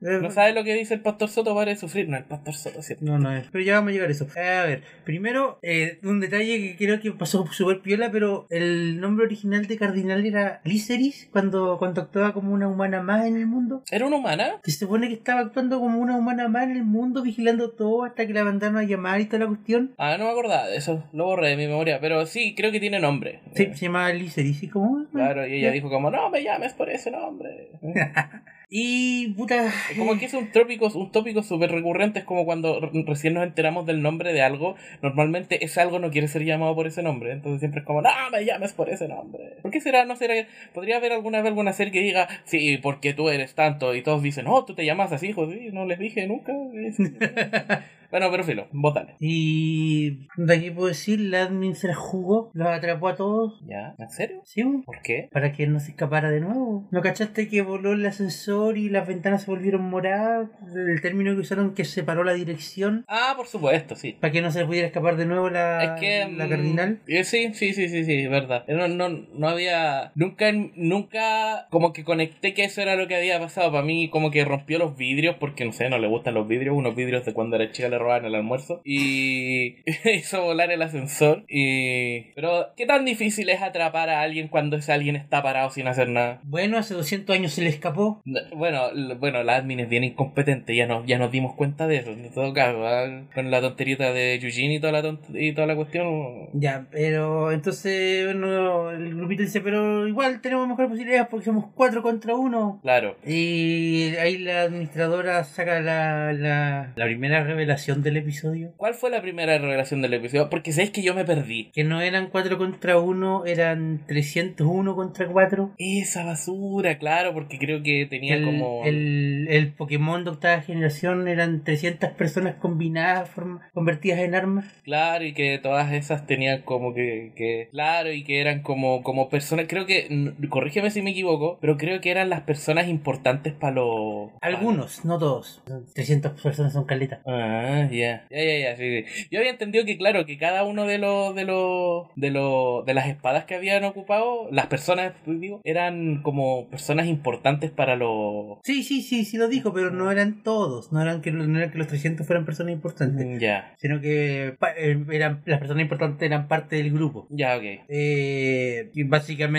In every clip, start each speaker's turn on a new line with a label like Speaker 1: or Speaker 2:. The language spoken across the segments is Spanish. Speaker 1: No sabe lo que dice el pastor Soto, para de sufrir. No, el pastor Soto, ¿cierto?
Speaker 2: No, no es. Pero ya vamos a llegar a eso. Eh, A ver, primero, eh, un detalle que creo que pasó súper piola, pero el nombre original de Cardinal era Liceris, cuando, cuando actuaba como una humana más en el mundo.
Speaker 1: ¿Era una humana?
Speaker 2: Que se supone que estaba actuando como una humana más en el mundo, vigilando todo hasta que la mandaron a llamar y toda la cuestión.
Speaker 1: Ah, no me acordaba de eso. Lo borré de mi memoria. Pero sí, creo que tiene nombre.
Speaker 2: Sí,
Speaker 1: Eh,
Speaker 2: se llamaba Liceris y como...
Speaker 1: Claro, y ella dijo como, no me llames por ese nombre.
Speaker 2: Y puta...
Speaker 1: Como que es un tópico, un tópico súper recurrente, es como cuando re- recién nos enteramos del nombre de algo, normalmente ese algo no quiere ser llamado por ese nombre, entonces siempre es como, no me llames por ese nombre. ¿Por qué será? No será, podría haber alguna vez alguna serie que diga, sí, porque tú eres tanto, y todos dicen, no, tú te llamas así, hijo, sí, no les dije nunca. bueno, pero filo, bótale.
Speaker 2: Y de aquí puedo decir, la admin se la jugó, los atrapó a todos.
Speaker 1: ¿Ya? ¿En serio?
Speaker 2: ¿Sí? bo?
Speaker 1: ¿Por qué?
Speaker 2: Para que no se escapara de nuevo. ¿No cachaste que voló el ascensor y las ventanas se volvieron moradas? El término que usaron que separó la dirección
Speaker 1: Ah, por supuesto, sí.
Speaker 2: para que no se pudiera escapar de nuevo la,
Speaker 1: Es que.
Speaker 2: Ah, la
Speaker 1: mm,
Speaker 2: cardinal.
Speaker 1: eh, sí, sí, sí, sí, sí, es verdad. No, no, no había. Nunca, nunca. Como que conecté que eso era lo que había pasado. Para mí, como que rompió los vidrios, porque no sé, no le gustan los vidrios. Unos vidrios de cuando era chica le robaban el almuerzo. Y hizo volar el ascensor. Y. Pero, ¿qué tan difícil es atrapar a alguien cuando ese alguien está parado sin hacer nada?
Speaker 2: Bueno, hace 200 años se le escapó.
Speaker 1: No, Bueno, l- bueno, la admin es bien incompetente, ya nos, ya nos dimos cuenta de eso, en todo caso, ¿ah? con la tonterita de Eugene y toda la, tont- y toda la cuestión,
Speaker 2: Ya, pero entonces, bueno, el grupito dice, pero igual tenemos mejores posibilidades porque somos 4 contra 1.
Speaker 1: claro.
Speaker 2: Y ahí la administradora saca la, la, la primera revelación del episodio.
Speaker 1: ¿Cuál fue la primera revelación del episodio? Porque sabéis que yo me perdí.
Speaker 2: Que no eran 4 contra 1, eran 301 contra 4.
Speaker 1: Esa basura, claro, porque creo que tenía
Speaker 2: el,
Speaker 1: como.
Speaker 2: el, el Pokémon de octava generación eran 300 personas combinadas, forma- convertidas en armas.
Speaker 1: Claro, y que todas esas tenían como que. que- claro, y que eran como, como personas. Creo que. n- Corrígeme si me equivoco, pero creo que eran las personas importantes para los.
Speaker 2: Algunos, no todos. 300 personas son caletas.
Speaker 1: Ah, ya. Ya, ya, ya, sí, sí. Yo había entendido que, claro, que cada uno de los, de los, de los, de las espadas que habían ocupado, las personas, pues, digo, eran como personas importantes para los...
Speaker 2: Sí, sí, sí, sí lo dijo, pero no eran todos. No eran que, no eran que los 300 fueran personas importantes,
Speaker 1: Ya,
Speaker 2: sino que pa- eh, eran, las personas importantes eran parte del grupo.
Speaker 1: ya, ok.
Speaker 2: Eh, y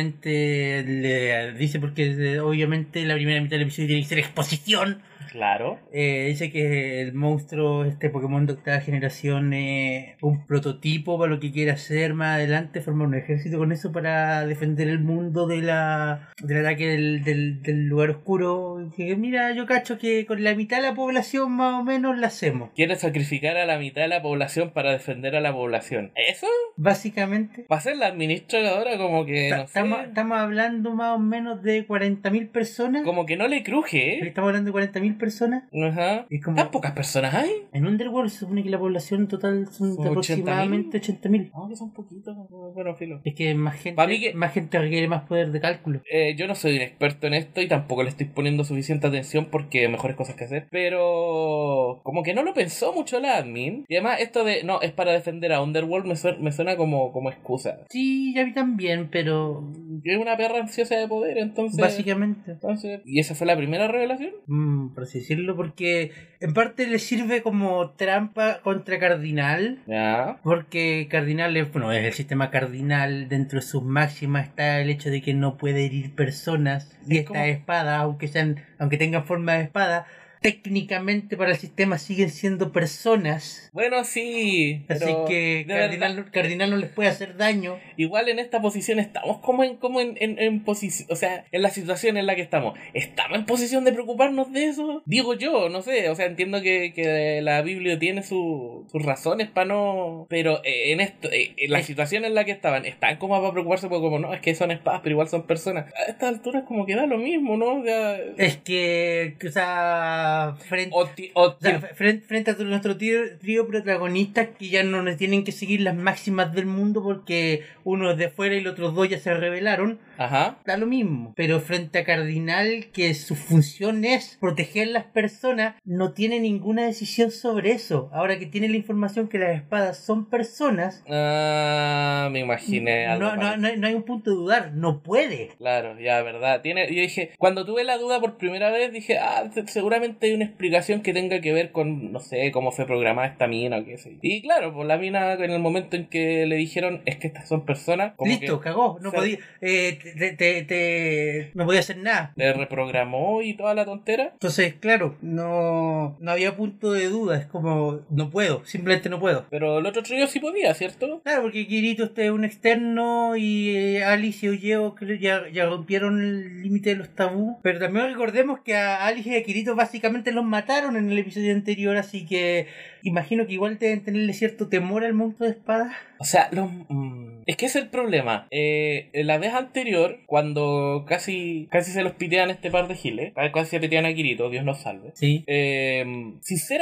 Speaker 2: básicamente le dice porque eh, obviamente la primera mitad del episodio tiene que ser exposición.
Speaker 1: Claro.
Speaker 2: Eh, dice que el monstruo, este Pokémon de octava generación, es un prototipo para lo que quiera hacer más adelante, formar un ejército con eso para defender el mundo de la, del ataque del, del, del lugar oscuro. Que mira, yo cacho que con la mitad de la población más o menos la hacemos.
Speaker 1: Quiere sacrificar a la mitad de la población para defender a la población. ¿Eso?
Speaker 2: Básicamente,
Speaker 1: ¿Va a ser la administradora como que...
Speaker 2: ta-
Speaker 1: Eh, No sé,
Speaker 2: estamos estamos hablando más o menos de 40.000 personas.
Speaker 1: como que no le cruje, ¿eh?
Speaker 2: Estamos hablando de 40.000 personas.
Speaker 1: Ajá.
Speaker 2: Y como
Speaker 1: ¿Tan pocas personas hay?
Speaker 2: en Underworld se supone que la población total son
Speaker 1: Son
Speaker 2: aproximadamente 80.000.
Speaker 1: No, que son poquitos. Bueno, filo.
Speaker 2: Es que más gente,
Speaker 1: Pa' mí que-
Speaker 2: más gente requiere más poder de cálculo.
Speaker 1: Eh, yo no soy un experto en esto y tampoco le estoy poniendo suficiente atención porque mejores cosas que hacer. Pero como que no lo pensó mucho la admin. Y además esto de no, es para defender a Underworld me suena, me suena como, como excusa.
Speaker 2: Sí, ya vi también, pero
Speaker 1: Yo es una perra ansiosa de poder, entonces...
Speaker 2: básicamente,
Speaker 1: entonces ¿Y esa fue la primera revelación?
Speaker 2: mm, por así decirlo, porque en parte le sirve como trampa contra Cardinal.
Speaker 1: Ya.
Speaker 2: Porque Cardinal es, bueno, es el sistema cardinal, dentro de sus máximas está el hecho de que no puede herir personas y
Speaker 1: Es
Speaker 2: estas
Speaker 1: como-
Speaker 2: espadas, aunque sean, aunque tengan forma de espada, técnicamente para el sistema siguen siendo personas.
Speaker 1: Bueno, sí.
Speaker 2: Así
Speaker 1: pero
Speaker 2: que
Speaker 1: de verdad-
Speaker 2: cardinal, no- cardinal no les puede hacer daño.
Speaker 1: Igual en esta posición estamos como en, como en, en, posición, o sea, en la situación en la que estamos. ¿Estamos en posición de preocuparnos de eso? Digo yo, no sé, o sea, entiendo que, que la Biblia tiene su- sus razones para no... Pero eh, en, esto, eh, en la situación en la que estaban, están como para preocuparse porque como, no, es que son espadas, pero igual son personas. A estas alturas como que da lo mismo, ¿no? O sea...
Speaker 2: Es que, o sea, frente,
Speaker 1: o ti- o
Speaker 2: o sea,
Speaker 1: ti-
Speaker 2: fren- frente, a tu- nuestro trío, trío protagonista que ya no nos tienen que seguir las máximas del mundo porque uno es de fuera y los otros dos ya se rebelaron,
Speaker 1: Ajá.
Speaker 2: da lo mismo. Pero frente a Cardinal, que su función es proteger las personas, no tiene ninguna decisión sobre eso. Ahora que tiene la información que las espadas son personas,
Speaker 1: Ah, me imaginé algo.
Speaker 2: no, no,
Speaker 1: parecido.
Speaker 2: no hay- no hay un punto de dudar, no puede.
Speaker 1: Claro, ya, verdad. Tiene, yo dije, cuando tuve la duda por primera vez, dije, ah, se- seguramente probablemente hay una explicación que tenga que ver con, no sé, cómo fue programada esta mina o qué sé yo. Y claro, pues la mina en el momento en que le dijeron es que estas son personas, como
Speaker 2: Listo, cagó. No
Speaker 1: se-
Speaker 2: podía, eh, te- te- te- no podía hacer nada.
Speaker 1: que le reprogramó y toda la tontera.
Speaker 2: Entonces, claro, no, no había punto de duda. Es como, no puedo, simplemente no puedo.
Speaker 1: Pero el otro trío sí podía, ¿cierto?
Speaker 2: Claro, porque Kirito este es un externo y eh, Alice y Oyeo creo ya, ya rompieron el límite de los tabú. Pero también recordemos que a Alice y a Kirito básicamente los mataron en el episodio anterior, así que imagino que igual deben tenerle cierto temor al monstruo de espada.
Speaker 1: O sea, los... mm, Es que ese es el problema. Eh, la vez anterior, cuando casi, casi se los pitean este par de giles, casi se pitean a Kirito, Dios los salve.
Speaker 2: Sí.
Speaker 1: Eh,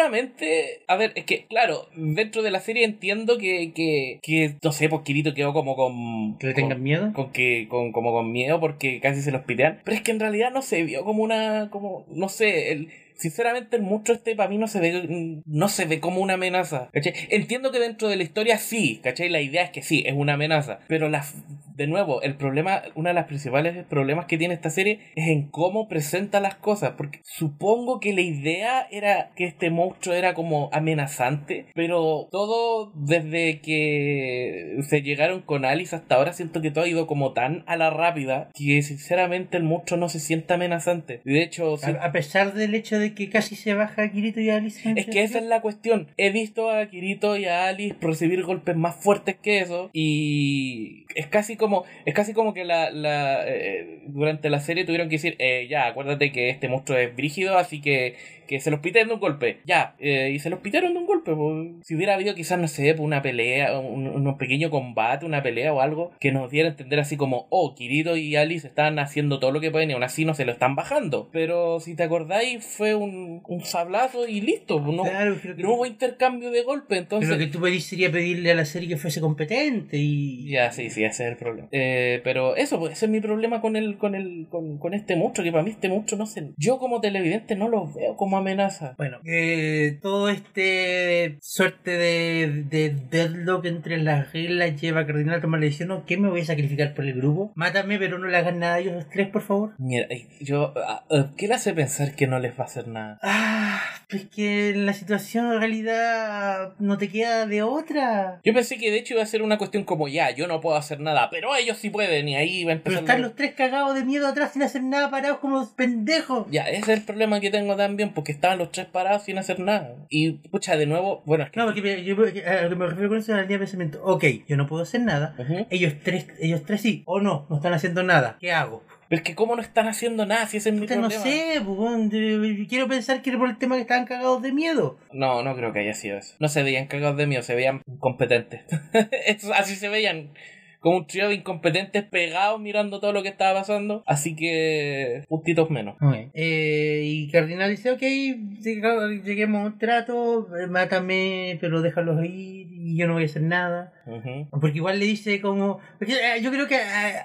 Speaker 1: sinceramente, a ver, es que, claro, dentro de la serie entiendo que, que, que no sé, pues Kirito quedó como con.
Speaker 2: Que le tengan
Speaker 1: con-
Speaker 2: miedo.
Speaker 1: con que con como con miedo porque casi se los pitean pero es que en realidad no se vio como una como no sé el- sinceramente el monstruo este para mí no se ve no se ve como una amenaza ¿cachai? entiendo que dentro de la historia sí ¿cachai? la idea es que sí es una amenaza pero la de nuevo el problema uno de los principales problemas que tiene esta serie es en cómo presenta las cosas porque supongo que la idea era que este monstruo era como amenazante pero todo desde que se llegaron con Alice hasta ahora siento que todo ha ido como tan a la rápida que sinceramente el monstruo no se siente amenazante. De hecho, si-
Speaker 2: A, a pesar del hecho de que casi se baja a Kirito y a Alice.
Speaker 1: es que esa es la cuestión. He visto a Kirito y a Alice recibir golpes más fuertes que eso. Y es casi como, es casi como que la, la, eh, durante la serie tuvieron que decir, eh, ya, acuérdate que este monstruo es brígido, así que, que se los piten de un golpe. Ya, eh, y se los pitaron de un golpe. po. Si hubiera habido quizás, no sé, po, una pelea, un, un pequeño combate, una pelea o algo que nos diera a entender así como, oh, Kirito y Alice están haciendo todo lo que pueden y aún así no se lo están bajando. Pero si te acordáis, fue un, un sablazo y listo. po, No,
Speaker 2: Claro, creo que-
Speaker 1: no hubo intercambio de golpe, entonces...
Speaker 2: pero lo que tú pedís sería pedirle a la serie que fuese competente y.
Speaker 1: Ya, sí, sí, ese es el problema. Eh, pero eso, pues, ese es mi problema con el, con el, con, con este monstruo, que para mí este monstruo no se. Yo como televidente no lo veo como amenaza.
Speaker 2: Bueno, eh, todo este suerte de, de deadlock entre las reglas lleva a Cardinal a tomar la decisión, ¿no? ¿Qué me voy a sacrificar por el grupo? Mátame, pero no le hagan nada a ellos los tres, por favor.
Speaker 1: Mira, eh, yo. ah, ah, ¿Qué le hace pensar que no les va a hacer nada?
Speaker 2: Ah, pues que la situación en realidad no te queda de otra.
Speaker 1: Yo pensé que de hecho iba a ser una cuestión como ya, yo no puedo hacer nada, pero ellos sí pueden, y ahí va a
Speaker 2: Pero
Speaker 1: empezar.
Speaker 2: están
Speaker 1: la-
Speaker 2: los tres cagados de miedo atrás sin hacer nada, parados como pendejos.
Speaker 1: Ya, ese es el problema que tengo también, porque estaban los tres parados sin hacer nada. Y, pucha, de nuevo, bueno, es que.
Speaker 2: No, porque me- yo, a lo que me refiero con eso es la línea de pensamiento. Ok, yo no puedo hacer nada.
Speaker 1: Ujú.
Speaker 2: Ellos tres, ellos tres sí, o no, no están haciendo nada. ¿Qué hago?
Speaker 1: Pero es que, ¿cómo no están haciendo nada si ese es mi
Speaker 2: Puta, no
Speaker 1: problema?
Speaker 2: sé, pues, weón, de- quiero pensar que era por el tema que estaban cagados de miedo.
Speaker 1: No, no creo que haya sido eso. No se veían cagados de miedo, se veían incompetentes. Eso, así se veían. Como un trío de incompetentes pegados mirando todo lo que estaba pasando. Así que. puntitos menos.
Speaker 2: Eh, y Cardinal dice, ok, llega- lleguemos a un trato, eh, mátame, pero déjalos ir y yo no voy a hacer nada.
Speaker 1: Ujú.
Speaker 2: Porque igual le dice como... porque, eh, yo creo que eh,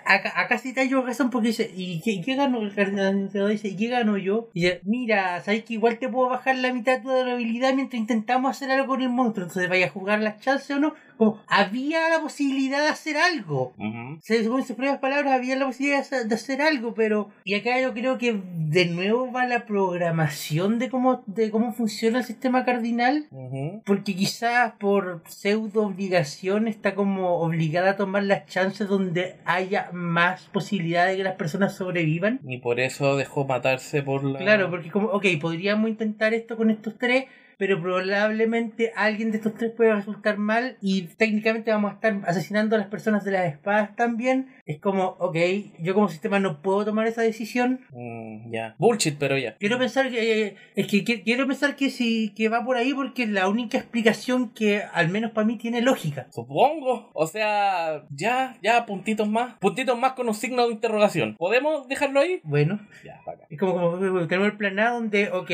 Speaker 2: acá acá sí te yo razón porque dice, ¿y qué, qué gano? El Cardinal se lo dice, ¿y qué gano yo? Y dice, mira, sabes que igual te puedo bajar la mitad de tu habilidad mientras intentamos hacer algo con el monstruo. Entonces vaya a jugar las chances o no. Como, había la posibilidad de hacer algo.
Speaker 1: Ujú.
Speaker 2: Se- según sus propias palabras, había la posibilidad de hacer- de hacer algo, pero. Y acá yo creo que de nuevo va la programación de cómo, de cómo funciona el sistema cardinal.
Speaker 1: Ujú.
Speaker 2: Porque quizás por pseudo obligación está como obligada a tomar las chances donde haya más posibilidad de que las personas sobrevivan.
Speaker 1: Y por eso dejó matarse por la.
Speaker 2: Claro, porque como, ok, podríamos intentar esto con estos tres, pero probablemente alguien de estos tres puede resultar mal y técnicamente vamos a estar asesinando a las personas de las espadas también. Es como, ok, yo como sistema no puedo tomar esa decisión.
Speaker 1: Mm, ya. Bullshit, pero ya.
Speaker 2: Quiero pensar que eh, es que qui- quiero pensar que sí que va por ahí porque es la única explicación que al menos para mí tiene lógica.
Speaker 1: Supongo. O sea, ya, ya, puntitos más. Puntitos más con un signo de interrogación. ¿Podemos dejarlo ahí?
Speaker 2: Bueno,
Speaker 1: Ya, para acá.
Speaker 2: es como, como como tenemos el plan A donde, ok,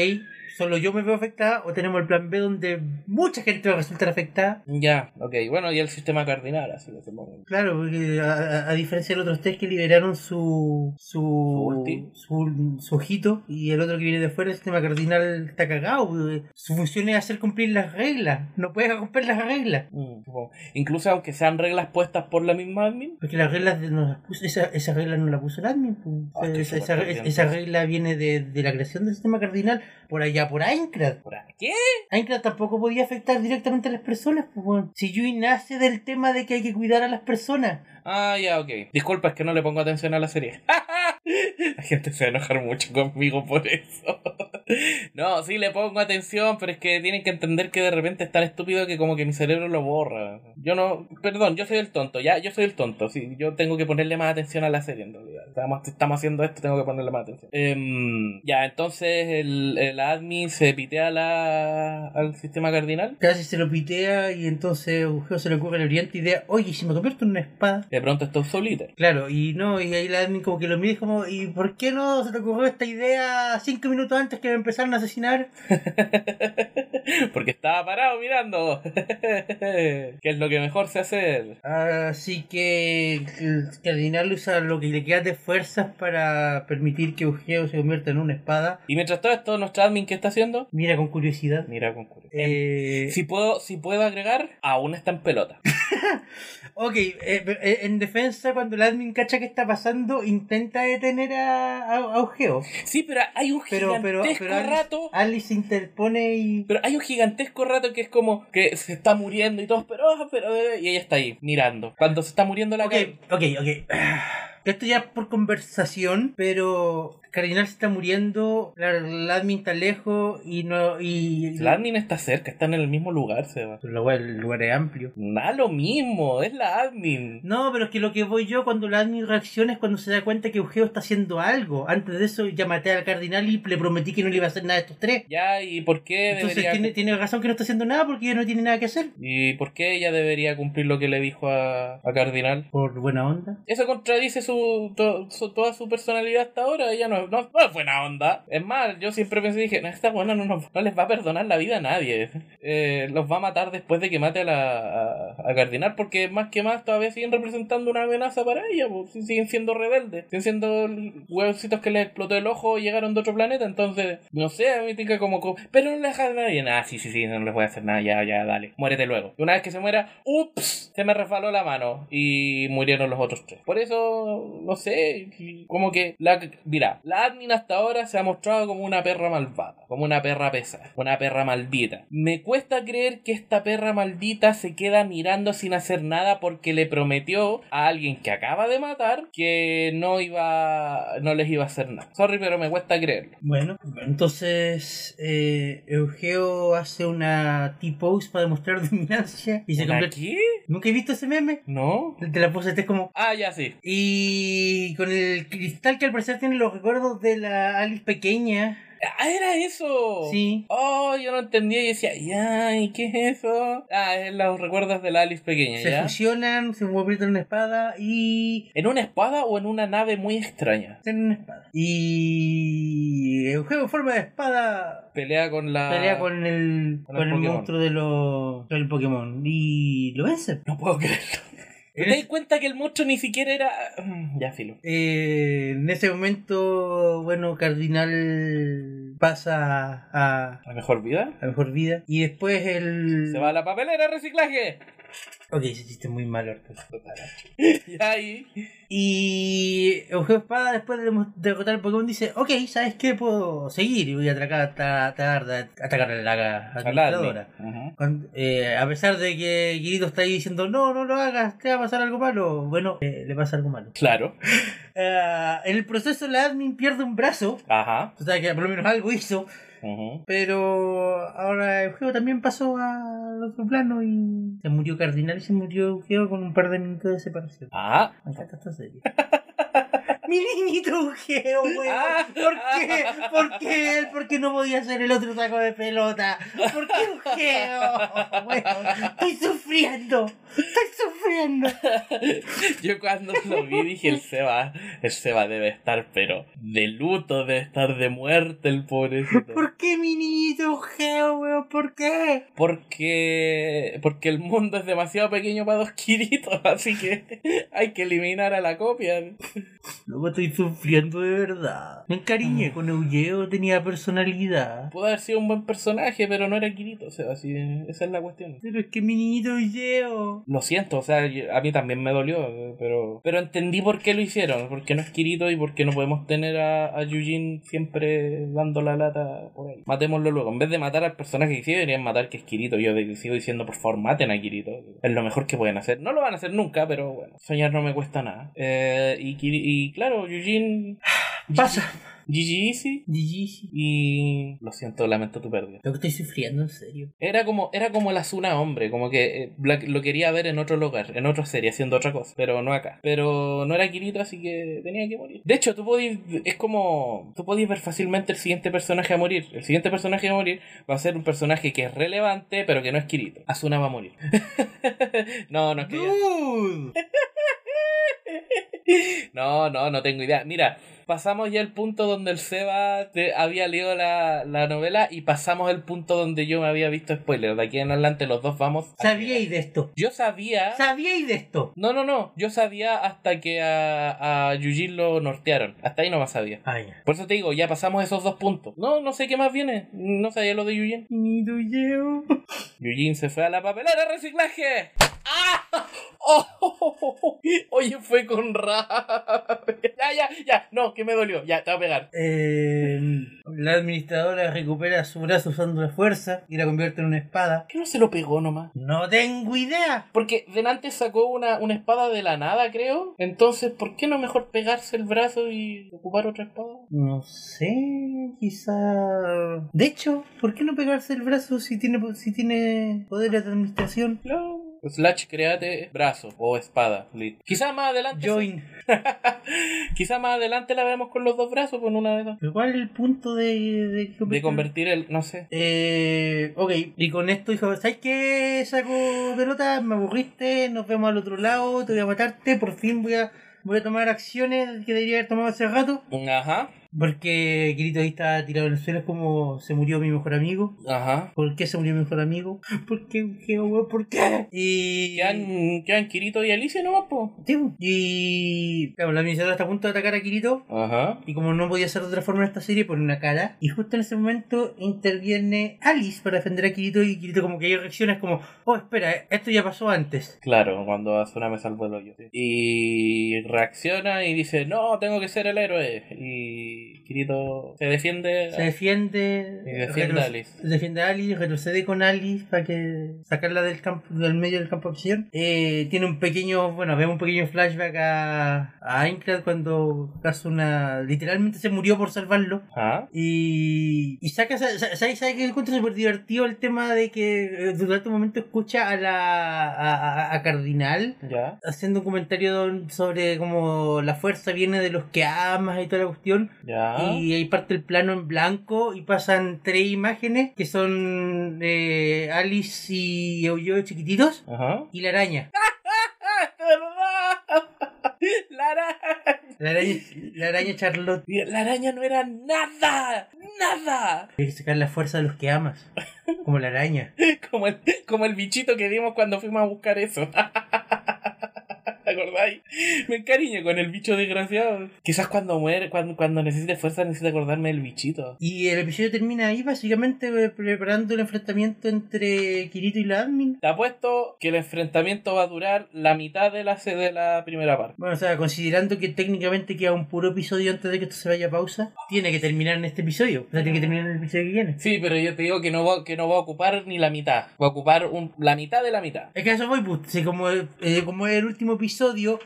Speaker 2: solo yo me veo afectada o tenemos el plan B donde mucha gente va a resultar afectada.
Speaker 1: Ya, ok. Bueno, y el sistema cardinal, así lo supongo.
Speaker 2: Claro, porque a, a- a diferencia de los otros tres que liberaron su su,
Speaker 1: ulti.
Speaker 2: su su ojito y el otro que viene de fuera, el sistema cardinal está cagado. porque Su función es hacer cumplir las reglas. No puedes romper las reglas.
Speaker 1: Mm, supongo. Incluso aunque sean reglas puestas por la misma admin.
Speaker 2: Porque las reglas de- no las puso, esa, esa regla no la puso el admin. pues.
Speaker 1: Ah,
Speaker 2: Esa-
Speaker 1: qué
Speaker 2: esa,
Speaker 1: súper
Speaker 2: esa-
Speaker 1: bien,
Speaker 2: esa
Speaker 1: entonces.
Speaker 2: regla viene de, de la creación del sistema cardinal por allá era por Aincrad.
Speaker 1: ¿Por qué?
Speaker 2: Aincrad tampoco podía afectar directamente a las personas, pues bueno. Si Yui nace del tema de que hay que cuidar a las personas.
Speaker 1: Ah, ya, ok. Disculpa, es que no le pongo atención a la serie. la gente se va a enojar mucho conmigo por eso. no, sí le pongo atención, pero es que tienen que entender que de repente es tan estúpido que como que mi cerebro lo borra. Yo no, perdón, yo soy el tonto, ya, yo soy el tonto. Sí, yo tengo que ponerle más atención a la serie en realidad. Estamos, estamos haciendo esto, tengo que ponerle más atención. Em, ya, entonces el, el admin se pitea a la, al sistema cardinal.
Speaker 2: Casi se lo pitea y entonces Ugeo se le ocurre la brillante idea, oye, si me convierto en una espada.
Speaker 1: De pronto está obsoleta.
Speaker 2: Claro, y no, y ahí la admin como que lo mira y es como, ¿y por qué no se te ocurrió esta idea cinco minutos antes que me empezaron a asesinar?
Speaker 1: Porque estaba parado mirando. que es lo que mejor sé hacer.
Speaker 2: Así que el cardinal usa lo que le queda de fuerzas para permitir que Ugeo se convierta en una espada.
Speaker 1: Y mientras todo esto, nuestra admin, ¿qué está haciendo?
Speaker 2: Mira con curiosidad.
Speaker 1: Mira con curiosidad.
Speaker 2: Eh,
Speaker 1: Si puedo, si puedo agregar, aún está en pelota.
Speaker 2: Ok, eh, pero, eh, en defensa, cuando el admin cacha que está pasando, intenta detener a, a, a Ugeo.
Speaker 1: Sí, pero hay un
Speaker 2: Pero,
Speaker 1: gigantesco
Speaker 2: pero, pero Alice,
Speaker 1: rato.
Speaker 2: Alice se interpone y.
Speaker 1: Pero hay un gigantesco rato que es como que se está muriendo y todos, pero, ah, pero, eh, y ella está ahí, mirando. Cuando se está muriendo la
Speaker 2: Ok,
Speaker 1: cara-
Speaker 2: ok, ok. Esto ya es por conversación, pero Cardinal se está muriendo, la, la admin está lejos y no. Y,
Speaker 1: La admin está cerca, está en el mismo lugar, Seba.
Speaker 2: Pero luego el lugar es amplio.
Speaker 1: Da lo mismo, es la admin.
Speaker 2: No, pero es que lo que voy yo cuando la admin reacciona es cuando se da cuenta que Eugeo está haciendo algo. Antes de eso ya maté al cardinal y le prometí que no le iba a hacer nada a estos tres.
Speaker 1: Ya, ¿y por qué
Speaker 2: Entonces
Speaker 1: debería-
Speaker 2: tiene, tiene razón que no está haciendo nada porque ya no tiene nada que hacer.
Speaker 1: ¿Y por qué ella debería cumplir lo que le dijo a, a Cardinal?
Speaker 2: Por buena onda.
Speaker 1: Eso contradice su, to- su- toda su personalidad hasta ahora. Ella no, no, no es buena onda. Es más, yo siempre pensé, dije, "No, esta buena no, nos- no les va a perdonar la vida a nadie. Eh, los va a matar después de que mate a, la, a, a Cardinal, porque más que más todavía siguen representando una amenaza para ella. po. Si- Siguen siendo rebeldes. Siguen siendo huevcitos que les explotó el ojo y llegaron de otro planeta. Entonces, no sé, a mí tinca como... co- Pero no le dejas a nadie. Nah, sí, sí, sí, no les voy a hacer nada. Ya, ya, dale. Muérete luego. Y una vez que se muera, ups, se me resbaló la mano y murieron los otros tres. Por eso, no sé, como que... La, mira, la admin hasta ahora se ha mostrado como una perra malvada. Como una perra pesa. Una perra maldita. Me cuesta creer que esta perra maldita se queda mirando sin hacer nada porque le prometió a alguien que acaba de matar que no iba... No les iba a hacer nada. Sorry, pero me cuesta creerlo.
Speaker 2: Bueno, entonces eh, Eugeo hace una T-pose para demostrar dominancia y se
Speaker 1: ¿Una
Speaker 2: convierte...
Speaker 1: qué?
Speaker 2: ¿Nunca he visto ese meme?
Speaker 1: ¿No?
Speaker 2: De la pose, este es como...
Speaker 1: Ah, ya sí.
Speaker 2: Y con el cristal que al parecer tiene los recuerdos de la Alice pequeña.
Speaker 1: Ah, era eso.
Speaker 2: Sí.
Speaker 1: Oh, yo no entendía y decía, ya, ¿y qué es eso? Ah, es los recuerdos de la Alice pequeña,
Speaker 2: Se
Speaker 1: ¿ya?
Speaker 2: fusionan, se convierten en una espada y...
Speaker 1: ¿En una espada o en una nave muy extraña?
Speaker 2: en una espada. Y... Eugeo en forma de espada
Speaker 1: Pelea con la...
Speaker 2: pelea con el,
Speaker 1: Ah. con
Speaker 2: con
Speaker 1: el
Speaker 2: el
Speaker 1: Pokémon.
Speaker 2: monstruo de los del Pokémon y lo vence.
Speaker 1: No puedo creerlo. ¿Te
Speaker 2: En,
Speaker 1: das
Speaker 2: es-
Speaker 1: cuenta que el monstruo ni siquiera era... Mm, Ya, filo.
Speaker 2: eh, en ese momento, bueno, Cardinal pasa a,
Speaker 1: ¿La mejor vida?
Speaker 2: a mejor vida y después el.
Speaker 1: Se va a la papelera de reciclaje.
Speaker 2: Ok, se hiciste muy mal, Orcus.
Speaker 1: Y ahí...
Speaker 2: Y Eugeo Espada, después de demo- derrotar al Pokémon, dice: Ok, ¿sabes qué? Puedo seguir y voy a atracar a, atacar a la
Speaker 1: a la admin.
Speaker 2: administradora.
Speaker 1: Ujú.
Speaker 2: Cuando- eh, a pesar de que Guirito está ahí diciendo, no, no lo hagas, te va a pasar algo malo. Bueno, eh, le pasa algo malo.
Speaker 1: Claro.
Speaker 2: Ah, en el proceso la admin pierde un brazo.
Speaker 1: Ajá.
Speaker 2: O sea que por lo menos algo hizo.
Speaker 1: Ujú.
Speaker 2: Pero ahora el juego también pasó al otro plano y se murió Cardinal y se murió Ugeo con un par de minutos de separación.
Speaker 1: Ah.
Speaker 2: Me encanta esta serie. Mi niñito Ugeo, weón.
Speaker 1: Ah.
Speaker 2: ¿Por qué? ¿Por qué él? ¿Por qué no podía ser el otro saco de pelota? ¿Por qué Ugeo? Weón, estoy sufriendo. Estoy sufriendo.
Speaker 1: Yo cuando lo vi dije, el Seba, el Seba debe estar, pero de luto, debe estar de muerte el pobrecito.
Speaker 2: ¿Por qué mi niñito Ugeo, weón? ¿Por qué?
Speaker 1: Porque, porque el mundo es demasiado pequeño para dos quiritos, así que hay que eliminar a la copia.
Speaker 2: No, Loco, estoy sufriendo de verdad. Me encariñé con Eugeo, tenía personalidad.
Speaker 1: Pudo haber sido un buen personaje, pero no era Kirito, o sea, así, esa es la cuestión.
Speaker 2: Pero es que mi niñito Eugeo.
Speaker 1: Lo siento, o sea, yo- a mí también me dolió, eh, pero pero entendí por qué lo hicieron, porque no es Kirito y porque no podemos tener a, a Yujin siempre dando la lata por ahí. Matémoslo luego. En vez de matar al personaje que sí deberían matar, que es Kirito. Yo de- sigo diciendo, por favor, maten a Kirito. Es lo mejor que pueden hacer. No lo van a hacer nunca, pero bueno, soñar no me cuesta nada. Eh, y, Kiri- y claro, Yujin,
Speaker 2: Pasa.
Speaker 1: Gigi Easy.
Speaker 2: GG.
Speaker 1: Y lo siento, lamento tu pérdida.
Speaker 2: Loco, estoy sufriendo, en serio.
Speaker 1: Era como, era como el Asuna hombre, como que eh, la- lo quería ver en otro lugar, en otra serie, haciendo otra cosa, pero no acá. Pero no era Kirito, así que tenía que morir. De hecho, tú podías, es como, tú podías ver fácilmente el siguiente personaje a morir. El siguiente personaje a morir va a ser un personaje que es relevante, pero que no es Kirito. Asuna va a morir. no, no es que ya-
Speaker 2: Dude.
Speaker 1: No, no, no tengo idea. Mira, pasamos ya el punto donde el Seba te- había leído la, la novela y pasamos el punto donde yo me había visto spoiler. De aquí en adelante los dos vamos. a-
Speaker 2: Sabíais de esto.
Speaker 1: Yo sabía.
Speaker 2: Sabíais de esto.
Speaker 1: No, no, no. Yo sabía hasta que a, a Yujin lo nortearon. Hasta ahí no más sabía.
Speaker 2: Ah, ya.
Speaker 1: Por eso te digo, ya pasamos esos dos puntos. No, no sé qué más viene. No sabía lo de Yujin.
Speaker 2: Niñito Eugeo.
Speaker 1: Yujin se fue a la papelera de reciclaje. ¡Ah! ¡Oh! Oye, fue con rabia. Ya, ya, ya. No, que me dolió. Ya, te voy a pegar.
Speaker 2: Eh, la administradora recupera su brazo usando la fuerza y la convierte en una espada.
Speaker 1: ¿Por qué no se lo pegó nomás?
Speaker 2: No tengo idea.
Speaker 1: Porque delante sacó una, una espada de la nada, creo. Entonces, ¿por qué no mejor pegarse el brazo y ocupar otra espada?
Speaker 2: No sé, quizá. De hecho, ¿por qué no pegarse el brazo si tiene si tiene poderes de administración?
Speaker 1: Claro. Slash créate brazo o espada. Listo. Quizá más adelante.
Speaker 2: Join.
Speaker 1: Quizá más adelante la vemos con los dos brazos con una de esas.
Speaker 2: Pero ¿Cuál es el punto de de,
Speaker 1: De convertir el. No sé.
Speaker 2: Eh, ok, y con esto, hijo, ¿sabes qué? Saco pelota, me aburriste, nos vemos al otro lado, te voy a matarte, por fin voy a, voy a tomar acciones que debería haber tomado hace rato.
Speaker 1: Ajá.
Speaker 2: Porque Kirito ahí está tirado en el suelo, es como se murió mi mejor amigo.
Speaker 1: Ajá.
Speaker 2: ¿Por qué se murió mi mejor amigo? ¿Por qué? ¿Qué? weón? ¿Por qué? Y...
Speaker 1: Quedan, quedan Kirito y Alicia nomás, po.
Speaker 2: Sí, Y... Claro, la administradora está a punto de atacar a Kirito.
Speaker 1: Ajá.
Speaker 2: Y como no podía ser de otra forma en esta serie, pone una cara. Y justo en ese momento interviene Alice para defender a Kirito. Y Kirito como que ahí reacciona es como... Oh, espera, eh, esto ya pasó antes.
Speaker 1: Claro, cuando Asuna me salvó el hoyo. Y reacciona y dice, no, tengo que ser el héroe. Y Kirito se defiende.
Speaker 2: Se defiende...
Speaker 1: Y defiende
Speaker 2: retro-
Speaker 1: a Alice.
Speaker 2: Defiende a Alice, retrocede con Alice para que sacarla del campo del medio del campo de acción. Eh, tiene un pequeño... Bueno, vemos un pequeño flashback a... A Aincrad cuando Kazuna literalmente se murió por salvarlo.
Speaker 1: Ajá.
Speaker 2: Y, y saca, sa- sa- ¿sabes sabes que encuentro súper divertido el tema de que eh, durante un momento escucha a la a, a- a Cardinal
Speaker 1: Ya.
Speaker 2: haciendo un comentario don- sobre como la fuerza viene de los que amas y toda la cuestión.
Speaker 1: Ya.
Speaker 2: Y ahí parte el plano en blanco y pasan tres imágenes que son eh, Alice y Euyo chiquititos
Speaker 1: Ajá.
Speaker 2: y la araña.
Speaker 1: ¡Ah, es verdad! ¡Ah, La araña.
Speaker 2: La araña, la araña Charlotte.
Speaker 1: La araña no era nada. Nada.
Speaker 2: Hay que sacar la fuerza de los que amas. Como la araña.
Speaker 1: Como el, como el bichito que vimos cuando fuimos a buscar eso. ¿Te acordáis? Me encariño con el bicho desgraciado. Quizás cuando muere, cuando, cuando necesite fuerza, necesito acordarme del bichito.
Speaker 2: Y el episodio termina ahí, básicamente eh, preparando el enfrentamiento entre Kirito y la admin.
Speaker 1: Te apuesto que el enfrentamiento va a durar la mitad de la, se- de la primera parte.
Speaker 2: Bueno, o sea, considerando que técnicamente queda un puro episodio antes de que esto se vaya a pausa, tiene que terminar en este episodio. O sea, tiene que terminar en el episodio que viene.
Speaker 1: Sí, pero yo te digo que no va, que no va a ocupar ni la mitad. Va a ocupar un- la mitad de la mitad.
Speaker 2: Es que a eso voy, pues, sí, como, eh, como es el último episodio,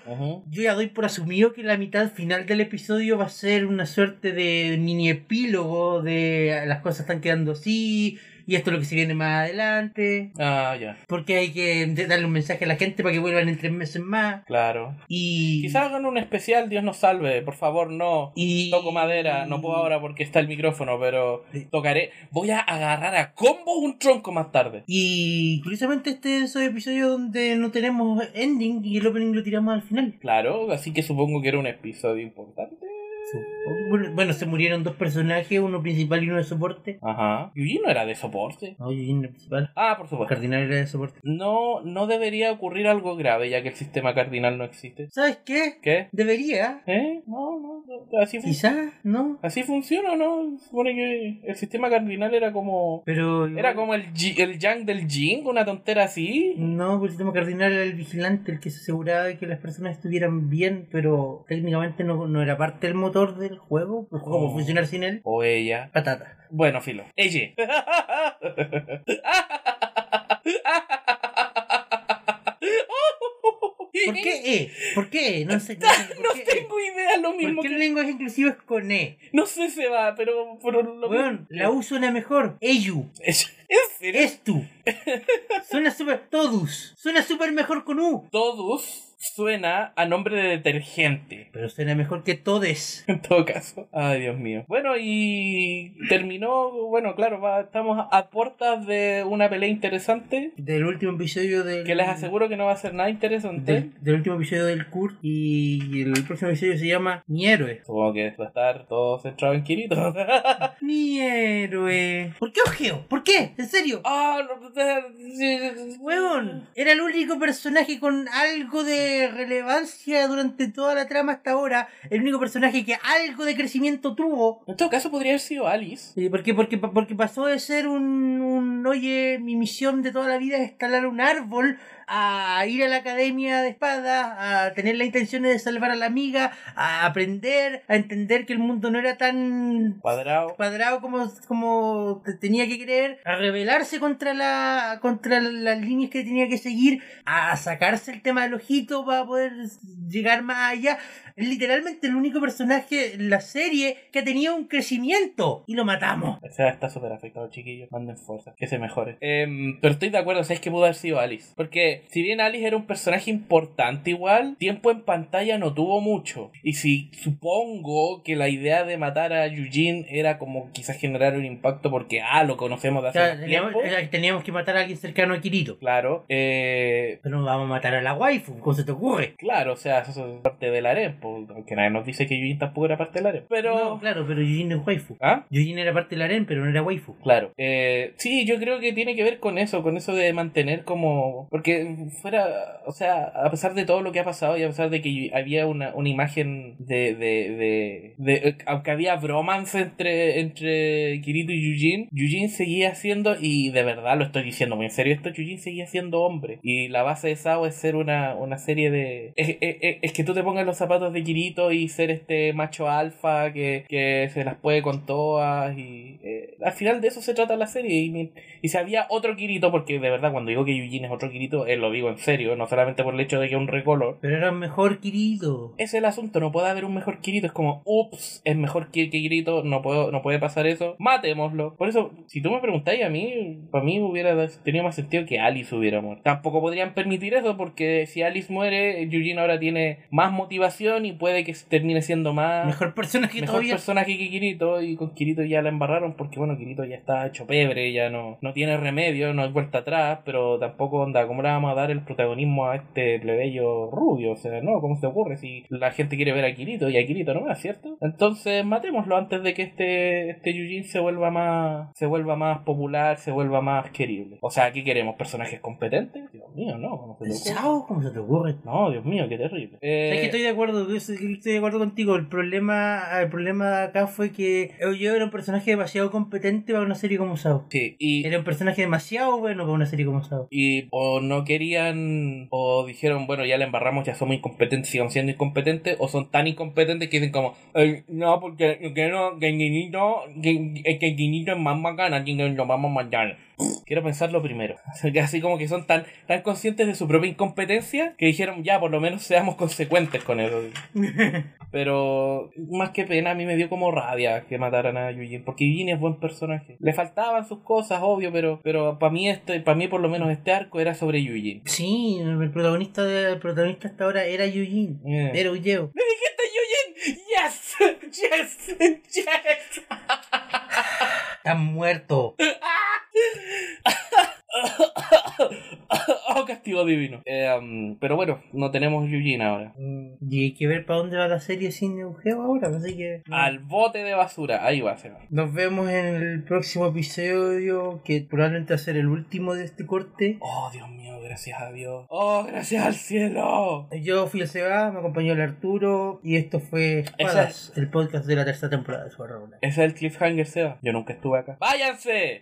Speaker 1: Ujú.
Speaker 2: yo ya doy por asumido que la mitad final del episodio va a ser una suerte de mini epílogo de "Ah, las cosas están quedando así y esto es lo que se viene más adelante.
Speaker 1: Ah, ya.
Speaker 2: Porque hay que darle un mensaje a la gente para que vuelvan en tres meses más.
Speaker 1: Claro.
Speaker 2: Y...
Speaker 1: Quizás hagan un especial, Dios nos salve, por favor, no.
Speaker 2: Y...
Speaker 1: Toco madera, no puedo ahora porque está el micrófono, pero
Speaker 2: Sí.
Speaker 1: tocaré. Voy a agarrar a combo un tronco más tarde.
Speaker 2: Y curiosamente este es el episodio donde no tenemos ending y el opening lo tiramos al final.
Speaker 1: Claro, así que supongo que era un episodio importante.
Speaker 2: Bueno, bueno, se murieron dos personajes, uno principal y uno de soporte.
Speaker 1: Ajá. Yuji no era de soporte.
Speaker 2: No, Eugene era principal.
Speaker 1: Ah, por supuesto.
Speaker 2: Cardinal era de soporte.
Speaker 1: No, no debería ocurrir algo grave ya que el sistema cardinal no existe.
Speaker 2: ¿Sabes qué?
Speaker 1: ¿Qué?
Speaker 2: Debería.
Speaker 1: ¿Eh? No, no, no, así fun-
Speaker 2: Quizás, ¿no?
Speaker 1: Así funciona, ¿no? Se Supone que el sistema cardinal era como...
Speaker 2: Pero.
Speaker 1: Era como el, yi- el yang del jing, una tontera así.
Speaker 2: No, pues el sistema cardinal era el vigilante, el que se aseguraba de que las personas estuvieran bien, pero técnicamente no, no era parte del motor del juego. pues, ¿Cómo
Speaker 1: Oh.
Speaker 2: funcionar sin él?
Speaker 1: O ella.
Speaker 2: Patata.
Speaker 1: Bueno, filo. Ella.
Speaker 2: ¿Por qué E? ¿Por qué E? No sé. No, sé, ¿por
Speaker 1: No
Speaker 2: qué E?
Speaker 1: tengo idea, lo mismo
Speaker 2: ¿Por qué
Speaker 1: que...
Speaker 2: el lenguaje inclusivo es con E?
Speaker 1: No sé se va, pero... pero lo
Speaker 2: Weón, la U suena mejor. Eyu.
Speaker 1: ¿En serio?
Speaker 2: Estu. Suena súper. Todus. Suena súper mejor con U.
Speaker 1: Todos suena a nombre de detergente.
Speaker 2: Pero suena mejor que todes.
Speaker 1: En todo caso. Ay, Dios mío. Bueno, y terminó, bueno, claro, va- estamos a puertas de una pelea interesante.
Speaker 2: Del último episodio del.
Speaker 1: Que les aseguro que no va a ser nada interesante.
Speaker 2: Del, del último episodio del Kurt. Y el próximo episodio se llama Mi héroe.
Speaker 1: Supongo que va a estar todo centrado en Kirito. ah,
Speaker 2: Mi héroe. ¿Por qué ojeo? ¿Por qué? ¿En serio?
Speaker 1: Ah, no, pues, eh,
Speaker 2: Weón, era el único personaje con algo de relevancia durante toda la trama hasta ahora. El único personaje que algo de crecimiento tuvo.
Speaker 1: En todo caso podría haber sido Alice.
Speaker 2: Sí, porque, porque, porque pasó de ser un, un, oye, mi misión de toda la vida es instalar un árbol, a ir a la academia de espada, a tener la intención de salvar a la amiga, a aprender, a entender que el mundo no era tan
Speaker 1: Cuadrado.
Speaker 2: cuadrado como, como te tenía que creer, a rebelarse contra la contra las líneas que tenía que seguir, a sacarse el tema del ojito para poder llegar más allá. Es literalmente el único personaje en la serie que ha tenido un crecimiento y lo matamos.
Speaker 1: O sea, está súper afectado, chiquillos. Manden fuerza, que se mejore. Em, pero estoy de acuerdo, o sea, es que pudo haber sido Alice. Porque si bien Alice era un personaje importante igual, tiempo en pantalla no tuvo mucho. Y si supongo que la idea de matar a Eugene era como quizás generar un impacto porque, ah, lo conocemos de
Speaker 2: O
Speaker 1: hace
Speaker 2: sea,
Speaker 1: más
Speaker 2: teníamos,
Speaker 1: tiempo.
Speaker 2: era- teníamos que matar a alguien cercano a Kirito.
Speaker 1: Claro. eh,
Speaker 2: Pero no vamos a matar a la waifu, ¿cómo se te ocurre?
Speaker 1: Claro, o sea, eso es parte del harem, po, aunque nadie nos dice que Eugene tampoco era parte del harem. Pero...
Speaker 2: No, claro, pero Eugene es waifu.
Speaker 1: ¿Ah?
Speaker 2: Eugene era parte del harem, pero no era waifu.
Speaker 1: Claro. Eh, sí, yo creo que tiene que ver con eso, con eso de mantener como... Porque fuera, o sea, a pesar de todo lo que ha pasado y a pesar de que había una, una imagen de, de, de, de- Aunque había bromance entre, entre Kirito y Eugene, Eugene seguía siendo, y de verdad lo estoy diciendo muy en serio, esto Eugene seguía siendo hombre. Y la base de Sao es ser una, una serie de... Es, es- es- es que tú te pongas los zapatos de Kirito y ser este macho alfa que, que se las puede con todas y... eh, al final de eso se trata la serie y, mi- y si había otro Kirito, porque de verdad cuando digo que Eugene es otro Kirito, eh, lo digo en serio, no solamente por el hecho de que es un recolor.
Speaker 2: Pero era mejor Kirito.
Speaker 1: Es el asunto, no puede haber un mejor Kirito. Es como, ups, es mejor que, que Kirito, no, puedo, no puede pasar eso, matémoslo. Por eso, si tú me preguntáis a mí, para mí hubiera tenido más sentido que Alice hubiera muerto. Tampoco podrían permitir eso, porque si Alice muere, Eugene ahora tiene más motivación y puede que termine siendo más.
Speaker 2: Mejor personaje
Speaker 1: mejor
Speaker 2: todavía.
Speaker 1: personaje que Kirito y con Kirito ya la embarraron porque bueno Kirito ya está hecho pebre ya no, no tiene remedio no hay vuelta atrás pero tampoco onda cómo le vamos a dar el protagonismo a este plebeyo rubio o sea no cómo se te ocurre si la gente quiere ver a Kirito y a Kirito nomás cierto entonces matémoslo antes de que este este Yujin se vuelva más se vuelva más popular se vuelva más querible o sea aquí queremos personajes competentes Dios mío no cómo se te ocurre?
Speaker 2: Sao, ¿cómo se te ocurre?
Speaker 1: no Dios mío qué terrible
Speaker 2: Es que
Speaker 1: Eh,
Speaker 2: estoy de acuerdo, yo sé que estoy de acuerdo contigo. El problema, el problema acá fue que yo era un personaje demasiado competente para una serie como Sao.
Speaker 1: sí, y
Speaker 2: Era un personaje demasiado bueno para una serie como Sao.
Speaker 1: Y o no querían, o dijeron, bueno, ya la embarramos, ya somos incompetentes, sigan siendo incompetentes, o son tan incompetentes que dicen como, "Ay, no, porque yo quiero que Guinito, que eh, que Guinito es más bacana, así que lo vamos a matar. Quiero pensarlo primero. Así como que son tan, tan conscientes de su propia incompetencia que dijeron, ya, por lo menos seamos consecuentes con eso. Pero más que pena, a mí me dio como rabia que mataran a Eugene, porque Eugene es buen personaje. Le faltaban sus cosas, obvio, pero, pero para mí este, para mí por lo menos este arco era sobre Eugene.
Speaker 2: sí, el protagonista, de- el protagonista hasta ahora era Eugene.
Speaker 1: Eh.
Speaker 2: Era Eugeo.
Speaker 1: ¡Me dijiste Eugene! ¡Yes! ¡Yes! ¡Yes!
Speaker 2: Está muerto.
Speaker 1: ¡Oh, que castigo divino. Eh, um, pero bueno, no tenemos Eugene ahora.
Speaker 2: Mm, Y hay que ver para dónde va la serie sin Eugeo ahora, así que... mm.
Speaker 1: Al bote de basura, ahí va, se va.
Speaker 2: Nos vemos en el próximo episodio, que probablemente va a ser el último de este corte.
Speaker 1: Oh, Dios mío, gracias a Dios. Oh, gracias al cielo.
Speaker 2: Yo fui el Seba, me acompañó el Arturo, y esto fue Espadas, el podcast de la tercera temporada de Subarra Rural.
Speaker 1: Ese es el cliffhanger, Seba. Yo nunca estuve acá. ¡Váyanse!